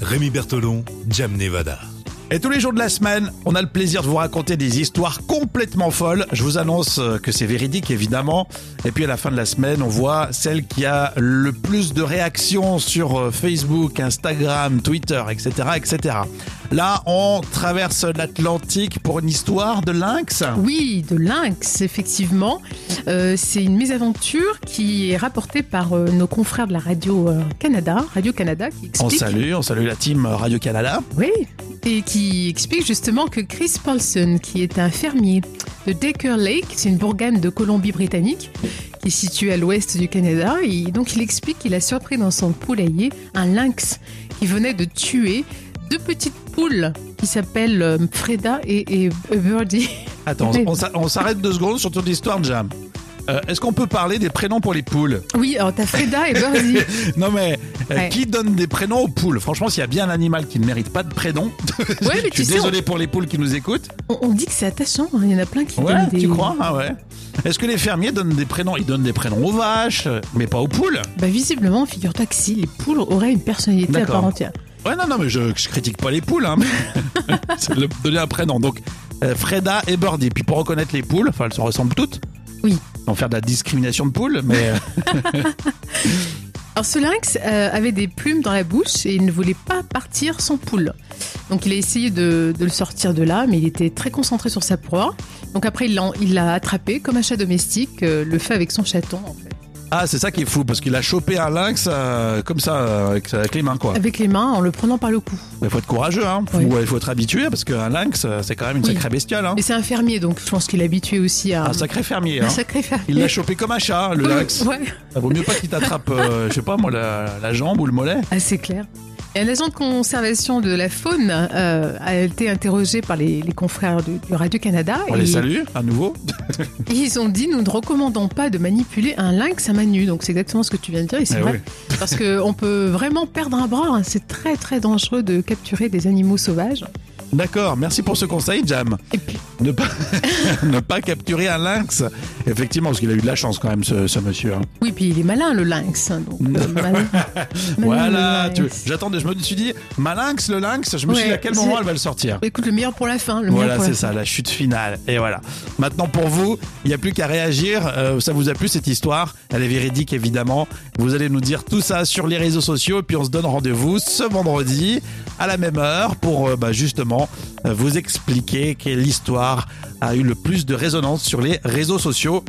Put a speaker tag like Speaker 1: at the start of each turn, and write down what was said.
Speaker 1: Rémi Bertolon, Jam Nevada.
Speaker 2: Et tous les jours de la semaine, on a le plaisir de vous raconter des histoires complètement folles. Je vous annonce euh, que c'est véridique, évidemment. Et puis à la fin de la semaine, on voit celle qui a le plus de réactions sur euh, Facebook, Instagram, Twitter, etc., etc. Là, on traverse l'Atlantique pour une histoire de lynx.
Speaker 3: Oui, de lynx, effectivement. Euh, c'est une mésaventure qui est rapportée par euh, nos confrères de la radio euh, Canada, Radio Canada, qui
Speaker 2: On
Speaker 3: explique.
Speaker 2: salue, on salue la team Radio Canada.
Speaker 3: Oui, et qui explique justement que Chris Paulson, qui est un fermier de Decker Lake, c'est une bourgane de Colombie-Britannique, qui est située à l'ouest du Canada, et donc il explique qu'il a surpris dans son poulailler un lynx qui venait de tuer deux petites poules qui s'appellent euh, Freda et, et Birdie.
Speaker 2: Attends,
Speaker 3: Oui.
Speaker 2: on s'a- on s'arrête deux secondes sur toute l'histoire, Jam. Euh, Est-ce qu'on peut parler des prénoms pour les poules
Speaker 3: Oui, alors t'as Freda et Birdie.
Speaker 2: Non mais euh,
Speaker 3: Ouais.
Speaker 2: qui donne des prénoms aux poules Franchement, s'il y a bien un animal qui ne mérite pas de prénom,
Speaker 3: Ouais, mais
Speaker 2: je suis
Speaker 3: tu sais,
Speaker 2: désolé pour les poules qui nous écoutent.
Speaker 3: On, on dit que c'est attachant, hein, il y en a plein qui
Speaker 2: Ouais,
Speaker 3: donnent des...
Speaker 2: tu crois Ah ouais. Est-ce que les fermiers donnent des prénoms Ils donnent des prénoms aux vaches, mais pas aux poules.
Speaker 3: Bah visiblement, figure-toi que si, les poules auraient une personnalité à
Speaker 2: D'accord.
Speaker 3: part entière.
Speaker 2: Ouais, non, non, mais je, je critique pas les poules. Hein, mais c'est de leur donner un prénom. Donc euh, Freda et Birdie. Puis pour reconnaître les poules, enfin elles se ressemblent toutes.
Speaker 3: Oui.
Speaker 2: On va faire de la discrimination de poules, mais euh,
Speaker 3: Alors ce lynx euh, avait des plumes dans la bouche et il ne voulait pas partir sans poule. Donc il a essayé de, de le sortir de là, mais il était très concentré sur sa proie. Donc après, il l'a- il l'a attrapé comme un chat domestique, euh, le fait avec son chaton en fait.
Speaker 2: ah c'est ça qui est fou parce qu'il a chopé un lynx euh, comme ça euh, avec, sa- avec les mains quoi.
Speaker 3: Avec les mains, en le prenant par le cou.
Speaker 2: Il faut être courageux, hein. Faut-
Speaker 3: Oui.
Speaker 2: ouais, faut être habitué parce qu'un lynx, euh, c'est quand même une
Speaker 3: Oui.
Speaker 2: sacrée bestiole, hein.
Speaker 3: Et c'est un fermier, donc je pense qu'il est habitué aussi à...
Speaker 2: Un sacré fermier, hein.
Speaker 3: Un sacré fermier.
Speaker 2: Il l'a chopé comme un chat, le lynx.
Speaker 3: Ouais.
Speaker 2: Ça vaut mieux pas qu'il t'attrape, euh, je sais pas moi, la, la jambe ou le mollet.
Speaker 3: Ah, c'est clair. Et un agent de conservation de la faune euh, a été interrogé par les, les confrères du, du Radio-Canada.
Speaker 2: On
Speaker 3: et,
Speaker 2: les salue à nouveau.
Speaker 3: et ils ont dit nous ne recommandons pas de manipuler un lynx à main nue. Donc c'est exactement ce que tu viens de dire. Et c'est
Speaker 2: Eh
Speaker 3: vrai. Parce qu'on peut vraiment perdre un bras. hein. C'est très très dangereux de capturer des animaux sauvages.
Speaker 2: D'accord, merci pour ce conseil, Jam.
Speaker 3: Et puis,
Speaker 2: Ne pas, ne pas capturer un lynx. Effectivement, parce qu'il a eu de la chance quand même, ce, ce monsieur. hein.
Speaker 3: oui, puis il est malin le lynx. hein. Donc, euh, malin- malin,
Speaker 2: Voilà,
Speaker 3: le
Speaker 2: tu-
Speaker 3: lynx.
Speaker 2: j'attendais, je me suis dit, ma lynx, le lynx, je me suis dit
Speaker 3: Ouais,
Speaker 2: à quel moment
Speaker 3: c'est-
Speaker 2: elle va le sortir.
Speaker 3: Écoute, le meilleur pour la fin. Le meilleur
Speaker 2: Voilà,
Speaker 3: pour la
Speaker 2: c'est
Speaker 3: fin.
Speaker 2: ça, la chute finale. Et voilà. Maintenant, pour vous, il n'y a plus qu'à réagir. Euh, ça vous a plu cette histoire Elle est véridique, évidemment. Vous allez nous dire tout ça sur les réseaux sociaux. Et puis, on se donne rendez-vous ce vendredi à la même heure pour euh, bah, justement euh, vous expliquer quelle histoire a eu le plus de résonance sur les réseaux sociaux.